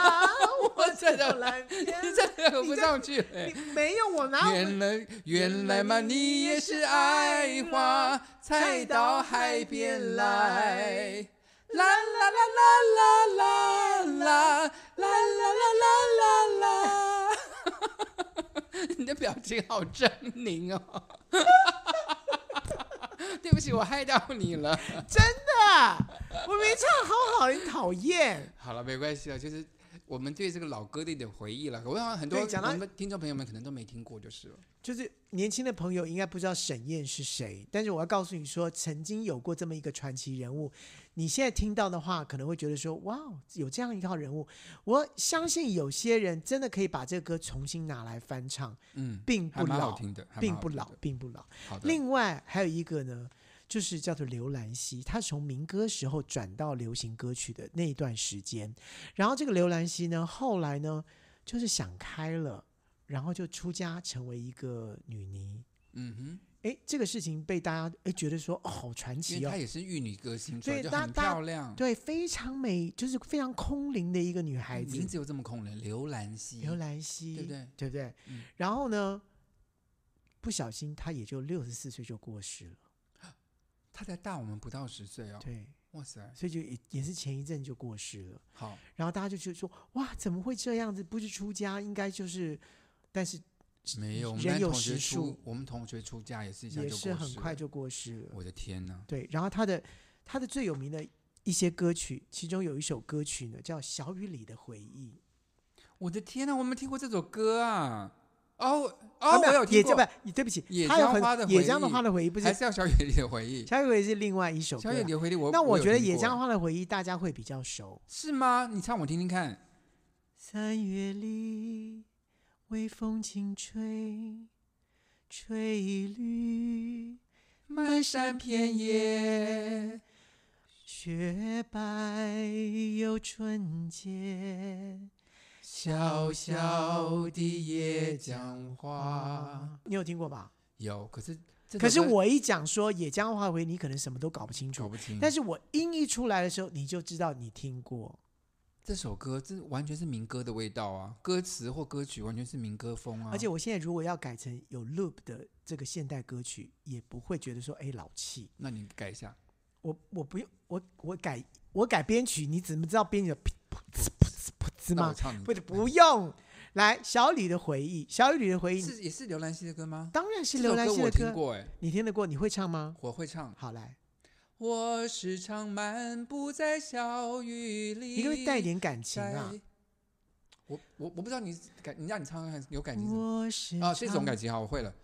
B: 我真的，你真 的合不上去了欸。
A: 没有我拿
B: 原来原来嘛，你也是爱花，才到海边来。啦啦啦啦啦啦啦啦啦啦啦啦你的表情好狰狞哦！对不起，我害到你了。
A: 真的，我没唱好好，你讨厌。
B: 好了，没关系了，就是我们对这个老歌的一点回忆了。我想很多
A: 对讲到
B: 我们听众朋友们可能都没听过，就是了。
A: 就是年轻的朋友应该不知道沈燕是谁，但是我要告诉你说，曾经有过这么一个传奇人物。你现在听到的话，可能会觉得说，哇，有这样一号人物。我相信有些人真的可以把这个歌重新拿来翻唱，
B: 嗯，
A: 并不
B: 还蛮
A: 老，
B: 好听的还蛮
A: 并
B: 好
A: 不
B: 听
A: 老
B: 的，
A: 并不老。
B: 好的。
A: 另外还有一个呢，就是叫做刘兰希，她从民歌时候转到流行歌曲的那一段时间。然后这个刘兰希呢，后来呢，就是想开了，然后就出家成为一个女尼。
B: 嗯
A: 哎，这个事情被大家哎觉得说哦，好传
B: 哼，因
A: 奇
B: 为
A: 哦
B: 她，也是玉女歌星出来，
A: 对
B: 就
A: 大
B: 很
A: 大
B: 漂亮。
A: 对，非常美，就是非常空灵的一个女孩子
B: 名。字又这么空人，刘兰希。
A: 刘兰希，
B: 对不对？
A: 对不对？
B: 嗯
A: 然后呢，不小心她也就六十四岁就过世了，
B: 她才大我们不到十岁哦。
A: 对，
B: 哇塞，
A: 所以就也也是前一阵就过世了。
B: 好，
A: 然后大家就觉得说，哇，怎么会这样子？不是出家，应该就是，但是
B: 没有我们
A: 人
B: 班
A: 有
B: 同学
A: 实
B: 出
A: 数，
B: 我们同学出家也是一下就
A: 也
B: 过
A: 是很
B: 世
A: 快
B: 了
A: 就过世了。
B: 我的天呐，
A: 对，然后她的她的最有名的一些歌曲，其中有一首歌曲呢叫《小雨里的回忆》，
B: 我的天呐，我没听过这首歌啊！哦
A: 啊
B: 哦，
A: 没
B: 我有
A: 野
B: 听
A: 这
B: 过，
A: 不，对不起，
B: 野
A: 她有
B: 江
A: 很
B: 花的
A: 野
B: 回
A: 江的
B: 忆
A: 花的回忆不是
B: 还是要小野里的回忆。
A: 小雨回忆是另外一首歌
B: 小野
A: 啦
B: 里的回忆我，
A: 那
B: 我
A: 我
B: 有
A: 觉得《
B: 听
A: 野
B: 过
A: 江花的回忆》大家会比较熟。
B: 是吗？你唱我听听看。
A: 三月里，微风轻吹，吹一缕
B: 漫山遍野，
A: 雪白又纯洁。
B: 小小的野江花。，
A: 你有听过吧？
B: 有，可是这
A: 可
B: 首
A: 是
B: 歌
A: 我一讲说《野江花的回忆》，你可能什么都搞不清
B: 搞
A: 楚。
B: 不清。
A: 但是我音一出来的时候，你就知道你听过。
B: 啊这首歌这完全是民歌的味道啊，歌词或歌曲完全是民歌风啊。
A: 而且我现在如果要改成有 loop 的这个现代歌曲，也不会觉得说哎老气。
B: 那你改一下，
A: 我我不用我我改我改编曲，你怎么知道编曲的噗呲噗呲噗呲
B: 那我嗯
A: 吗？
B: 唱你
A: 不不用，来小雨的回忆，小雨的回忆
B: 是也是刘兰希的歌吗？
A: 当然是
B: 这
A: 刘
B: 首
A: 兰希的
B: 我听
A: 歌，
B: 过哎，
A: 你听得过？你会唱吗？
B: 我会唱。
A: 好来，
B: 我时常漫步在小雨里，
A: 你可不可以带一点感情
B: 在
A: 啊？
B: 我我我不知道你感，你让你唱唱看有感情什么？
A: 我哦是
B: 啊，这种
A: 唱
B: 感情好，我会了。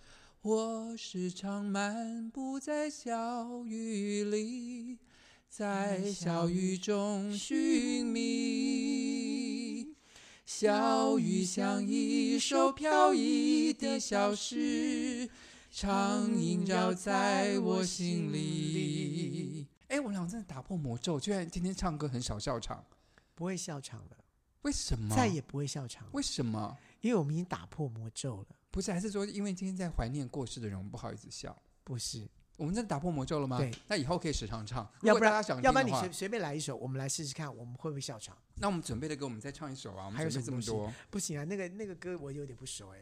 B: 我时常漫步在小雨里，在小雨中寻觅。小雨像一首飘逸的小诗，常萦绕在我心里。哎，我们俩真的打破魔咒，居然天天唱歌很少笑场，
A: 不会笑场了，
B: 为什么？
A: 再也不会笑场了，
B: 为什么？
A: 因为我们已经打破魔咒了，
B: 不是，还是说因为今天在怀念过世的人，我们不好意思笑。
A: 不是？
B: 我们真的打破魔咒了吗？
A: 对，
B: 那以后可以时常唱。如
A: 要
B: 果
A: 不
B: 大家
A: 然
B: 想听
A: 要不然
B: 的
A: 你
B: 话
A: 随随便来一首，我们来试试看，我们会不会笑场？
B: 那我们准备的歌，我们再唱一首啊。我们
A: 还有
B: 准备
A: 什
B: 这
A: 么
B: 么
A: 东
B: 多？
A: 不行啊，那个那个歌我有点不熟哎、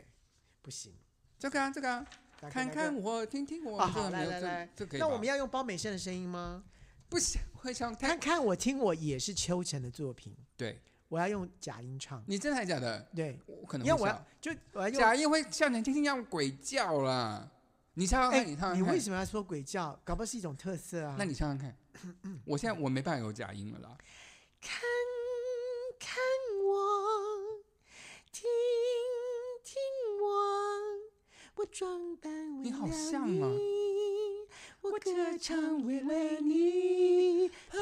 A: 不行。
B: 这个啊，这个啊，
A: 大哥
B: 看
A: 大哥
B: 看我，听听我。
A: 啊
B: 这个
A: 好
B: 没有
A: 来来
B: 这
A: 来
B: 这可以吧。
A: 那我们要用包美胜的声音吗？
B: 不行，会唱太
A: 看看我听我也是秋晨的作品，
B: 对。
A: 我要用假音唱。
B: 你真的还假的？
A: 对，
B: 我可能
A: 因为
B: 会
A: 我
B: 笑
A: 要。就我要用。
B: 假音会像你听听样鬼叫啦。你唱唱看，唱唱看。
A: 哎你为什
B: 么？
A: 么要说鬼叫？搞不好是一种特色啊。
B: 那你唱唱看。我现在我没办法有假音了 啦。
A: 看看我，听听我，我装扮为
B: 你好
A: 了
B: 像啊
A: 你我歌唱为了你，朋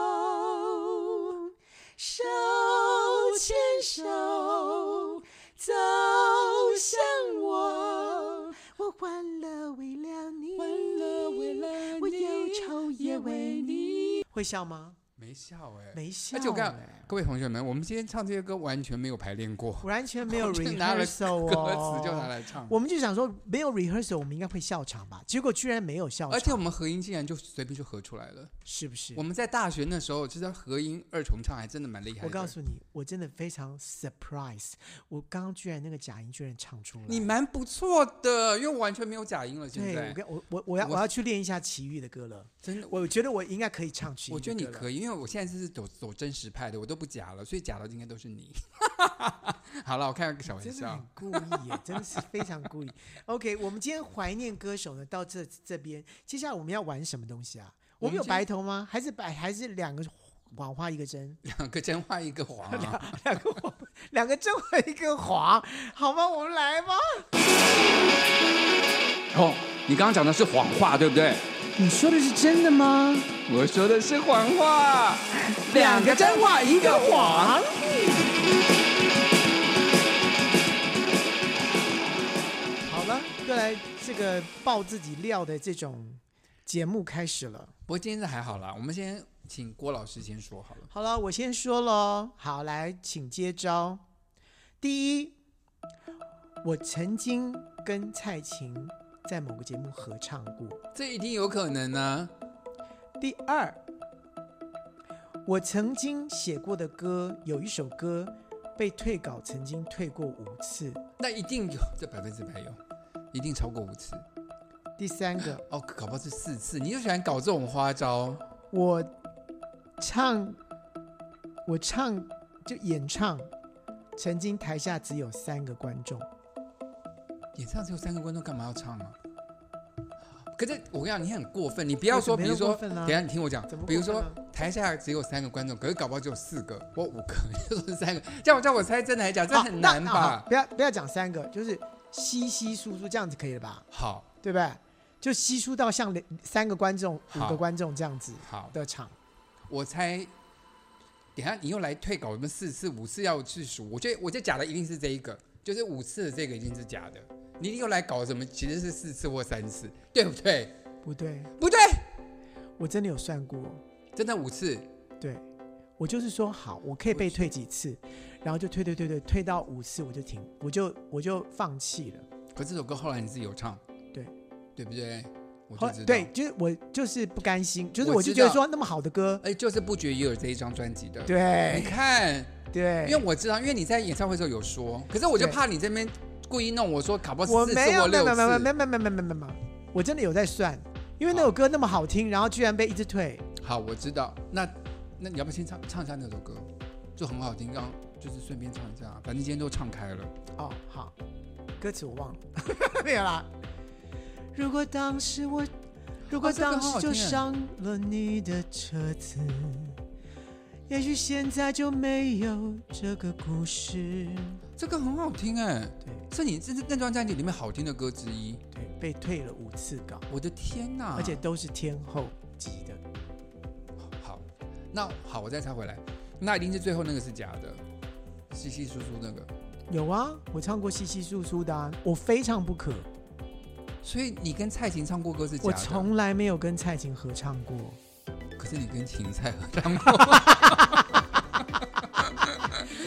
A: 友，手牵手走向我，我欢乐为了你，
B: 欢乐为了
A: 我
B: 你
A: 忧愁也为你。会笑吗？
B: 没笑哎，
A: 没笑、哎
B: 而且我跟你讲，各位同学们，我们今天唱这些歌完全没有排练过，
A: 完全没有
B: 我 就拿了
A: rehearsal 哦，
B: 歌词就拿来唱。
A: 我们就想说没有 rehearsal，我们应该会笑场吧？结果居然没有笑场，
B: 而且我们合音竟然就随便就合出来了。
A: 是不是
B: 我？们在大学那时候，知道合音二重唱还真的蛮厉害的。
A: 我告诉你，我真的非常 surprise，我刚刚居然那个假音居然唱出来。
B: 你蛮不错的，因为我完全没有假音了。现
A: 对我
B: 在
A: 跟我我我要
B: 我
A: 我要去练一下齐豫的歌了。
B: 真的，我
A: 我觉得我应该可以唱齐豫
B: 我觉
A: 的
B: 得
A: 歌
B: 你
A: 了。
B: 可以，因为我现在是走走真实派的，我都不假了，所以假的应该都是你。 好了，我开个小玩
A: 真的
B: 笑
A: 很。故意 耶，真的是非常故意。OK，我们今天怀念歌手呢到这这边，接下来我们要玩什么东西啊？我
B: 我
A: 们
B: 们
A: 有
B: 今
A: 白头吗？还是白还是两个谎话一个真？
B: 两个真话一个谎啊，
A: 两个黄，两个真和一个黄，好吗？我们来吧。
F: 哦，你刚刚讲的是谎话，对不对？
A: 你说的是真的吗？
F: 我说的是谎话，
A: 两个真
F: 话一个谎。
A: 黄。好了，又来这个爆自己料的这种节目开始了。
B: 不过今天这还好啦，我们先请郭老师先说好了。
A: 好了，我先说喽。好，来，请接招。第一，我曾经跟蔡琴在某个节目合唱过。
B: 这一定有可能呢、
A: 第二，我曾经写过的歌，有一首歌被退稿，曾经退过五次。
B: 那一定有，这百分之百有，一定超过五次。
A: 第三个，
B: 哦，搞不好是四次。你就喜欢搞这种花招，
A: 我唱，我唱就演唱，曾经台下只有三个观众。
B: 演唱只有三个观众，干嘛要唱啊？可是我跟你讲，你很过分，你不要说，
A: 怎
B: 比
A: 么又
B: 如说，
A: 过分啊
B: 等一下你听我讲
A: 怎么，过
B: 比如说
A: 分
B: 台下只有三个观众，可是搞不好只有四个或五个， 就说是三个，叫我叫我猜真的还是假的，这
A: 好
B: 很
A: 那
B: 难
A: 啊那好
B: 吧？
A: 不要不要讲三个，就是稀稀疏疏这样子可以了吧？
B: 好
A: 对不对？就稀疏到像两三个观众、五
B: 好
A: 个观众这样子
B: 好，
A: 的场。
B: 我猜，等一下你又来退稿，我们四次五次要去数，我觉得我觉得假的一定是这一个，就是五次的这个一定是假的，你又来搞什么？其实是四次或三次，对不对？
A: 不对，
B: 不对，
A: 我真的有算过，
B: 真的五次，
A: 对我就是说好，我可以被退几次，然后就退退退退退到五次我就停，我就我就放弃了。
B: 可这首歌后来你自己有唱，
A: 对
B: 对不对？我
A: 后
B: 就
A: 来
B: 知道，
A: 对，就是我就是不甘心，就是
B: 我
A: 我就
B: 知
A: 觉得
B: 道
A: 说那么好的歌，
B: 哎，就是不觉也有这一张专辑的，，你
A: 对
B: 看，
A: 对，
B: 因为我知道，因为你在演唱会的时候有说，可是我就
A: 对
B: 怕你这边故意弄我说卡波
A: 我
B: 四次
A: 没有
B: 或
A: 没
B: 六
A: 有没有没有
B: 次，
A: 没有没有没有没有没有，我真的有在算，因为那首歌那么好听，然后居然被一直退。
B: 好，我知道，那那你要不要先唱唱一下那首歌，就很好听，刚就是顺便唱一下，啊反正今天都唱开了，
A: 哦，好，歌词我忘了， 没有啦。如果当时我，如果
B: 哦这个
A: 当
B: 很好
A: 时就
B: 听耶
A: 上了你的车子，也许现在就没有这个故事。
B: 这个很好听哎，
A: 对
B: 是你这是那张专辑里面好听的歌之一，
A: 对，被退了五次稿，
B: 我的天哪，
A: 而且都是天后级的。
B: 好，那好，我再插回来，那一定是最后那个是假的，稀稀疏疏那个。
A: 有啊，我唱过稀稀疏疏的、啊，我非唱不可。
B: 所以你跟蔡琴唱过歌是假的，
A: 我从来没有跟蔡琴合唱过。
B: 可是你跟芹菜合唱过，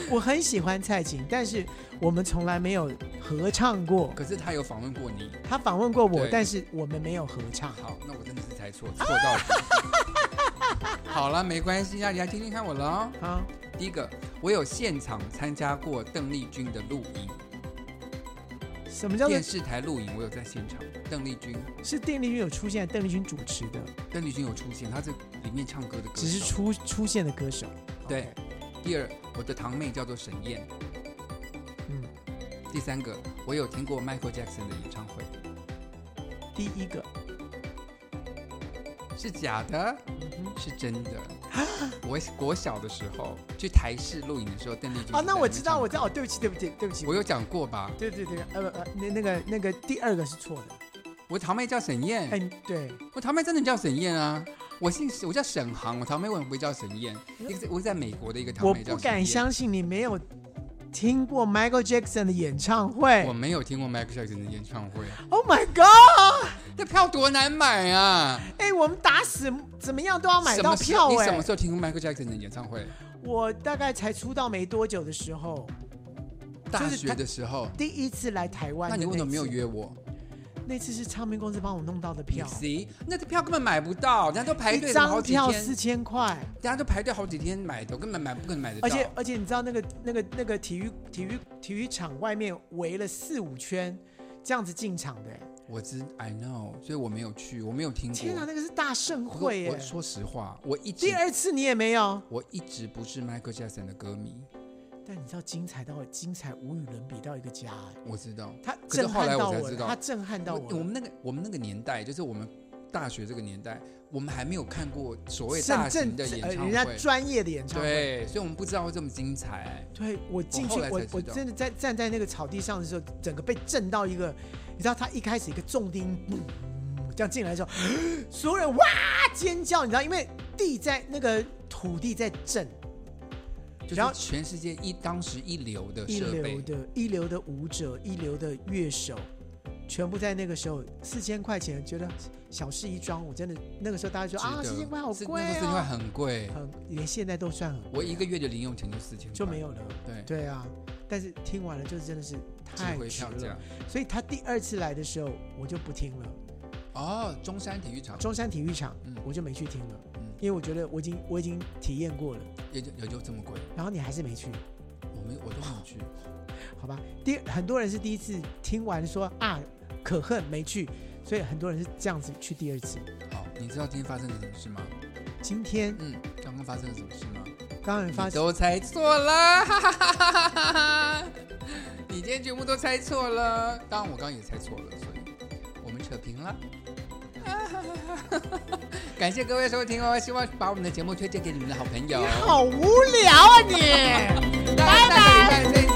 A: 我很喜欢蔡琴，但是我们从来没有合唱过。
B: 可是他有访问过你。
A: 他访问过我，
B: 对
A: 但是我们没有合唱。
B: 好，那我真的是猜错，错到底。 好了，没关系，那啊你来听听看我了哦。
A: 啊，
B: 第一个，我有现场参加过邓丽君的录影，
A: 什么叫做
B: 电视台录影，我有在现场。邓丽君，
A: 是邓丽君有出现？邓丽君主持的，
B: 邓丽君有出现，她这里面唱歌的歌手。
A: 只是出出现的歌手。
B: 对
A: OK，
B: 第二，我的堂妹叫做沈燕。
A: 嗯，
B: 第三个，我有听过 Michael Jackson 的演唱会，
A: 第一个，
B: 是假的。
A: 嗯哼
B: 是真 的。我国小的时候去台视录影的时候，邓丽君
A: 啊，那我知道，我知
B: 在
A: 道，哦，对不起，对不起，对不起
B: 那边唱歌，我有讲过吧？
A: 对对对，呃呃，那那个那个第二个是错的。
B: 我堂妹叫沈燕，
A: 哎，对，
B: 我堂妹真的叫沈燕啊。我姓我叫沈航，我堂妹为什么不叫沈燕？一个在我在美国的一个
A: 嗯
B: 堂
A: 我
B: 妹叫
A: 不
B: 沈
A: 敢
B: 燕
A: 相信你没有听过 Michael Jackson 的演唱会
B: 我。没有听过 Michael Jackson 的演唱会，
A: Oh my god！
B: 那票多难买啊！
A: 哎，我们打死怎么样都要买
B: 什
A: 到
B: 么时
A: 票
B: 你什
A: 哎
B: 么。时候听过 Michael Jackson 的演唱会？
A: 我大概才出道没多久的时候，
B: 大
A: 就是
B: 学
A: 他
B: 的时候。
A: 第一次来台湾
B: 那
A: 的
B: 你
A: 次。
B: 为什么没有约我？
A: 那次是唱片公司帮我弄到的票，
B: C，那这票根本买不到，人家都排
A: 一
B: 队什么好
A: 张
B: 几天，
A: 票四千块，
B: 大家都排队好几天买的，我根本买不可能买得到。
A: 而且而且你知道那个那个那个体育体育体育场外面围了四五圈，这样子进场的欸，
B: 我知 I know，所以我没有去，我没有听过。
A: 天啊哪，那个是大盛
B: 我
A: 会
B: 我
A: 耶！
B: 说实话，我一直
A: 第二次你也没有，
B: 我一直不是 Michael Jackson 的歌迷，
A: 但你知道精彩到精彩无与伦比到一个家欸，
B: 我知道。
A: 他
B: 可是
A: 震
B: 后
A: 撼
B: 来
A: 到
B: 我才
A: 我
B: 知
A: 了，
B: 道
A: 他震撼到
B: 我
A: 我
B: 我
A: 了，
B: 们那个我们那个年代，就是我们大学这个年代，我们还没有看过所谓大
A: 正
B: 型
A: 正
B: 的
A: 正
B: 演
A: 呃
B: 唱
A: 人家
B: 会，
A: 专业的演唱会。
B: 对，所以我们不知道会这么精彩。
A: 对我进去
B: 后来，才
A: 我
B: 知
A: 我
B: 道
A: 真的在站在那个草地上的时候，整个被震到一个，你知道他一开始一个重钉，嗯这样进来的时候，所有人哇尖叫，你知道，因为地在那个土地在震，
B: 就是
A: 然后
B: 全世界一当时一流的
A: 一
B: 设
A: 流
B: 备，
A: 的一流的舞者，一流的乐手，全部在那个时候四千块钱，觉得小事一桩。我真的那个时候大家说啊，
B: 值
A: 四
B: 得
A: 千块好
B: 是
A: 贵
B: 那时候四千块
A: 哦，
B: 很贵，
A: 很连现在都算很贵
B: 我一个月的零用钱就四千块，
A: 就没有了。
B: 对，
A: 对啊，但是听完了就真的是
B: 值
A: 太
B: 回
A: 值
B: 票价
A: 了。。所以他第二次来的时候，我就不听了。
B: 哦，中山体育场
A: 中山体育场
B: 嗯，
A: 我就没去听了
B: 嗯，
A: 因为我觉得我已经我已经体验过了。
B: 也就也就这么贵，
A: 然后你还是没去，
B: 我们我都没有去，
A: 好吧？第很多人是第一次听完说啊可恨没去，所以很多人是这样子去第二次。
B: 好，你知道今天发生了什么事吗？
A: 今天
B: 嗯，刚刚发生了什么事吗？
A: 刚刚
B: 你
A: 发现
B: 都猜错了， 哈哈哈哈哈哈！你今天全部都猜错了，当然我刚刚也猜错了，所以我们扯平了。 啊感谢各位收听哦，希望把我们的节目推荐给你们的好朋友。
A: 好无聊啊你！
B: 拜拜，下个礼拜再见。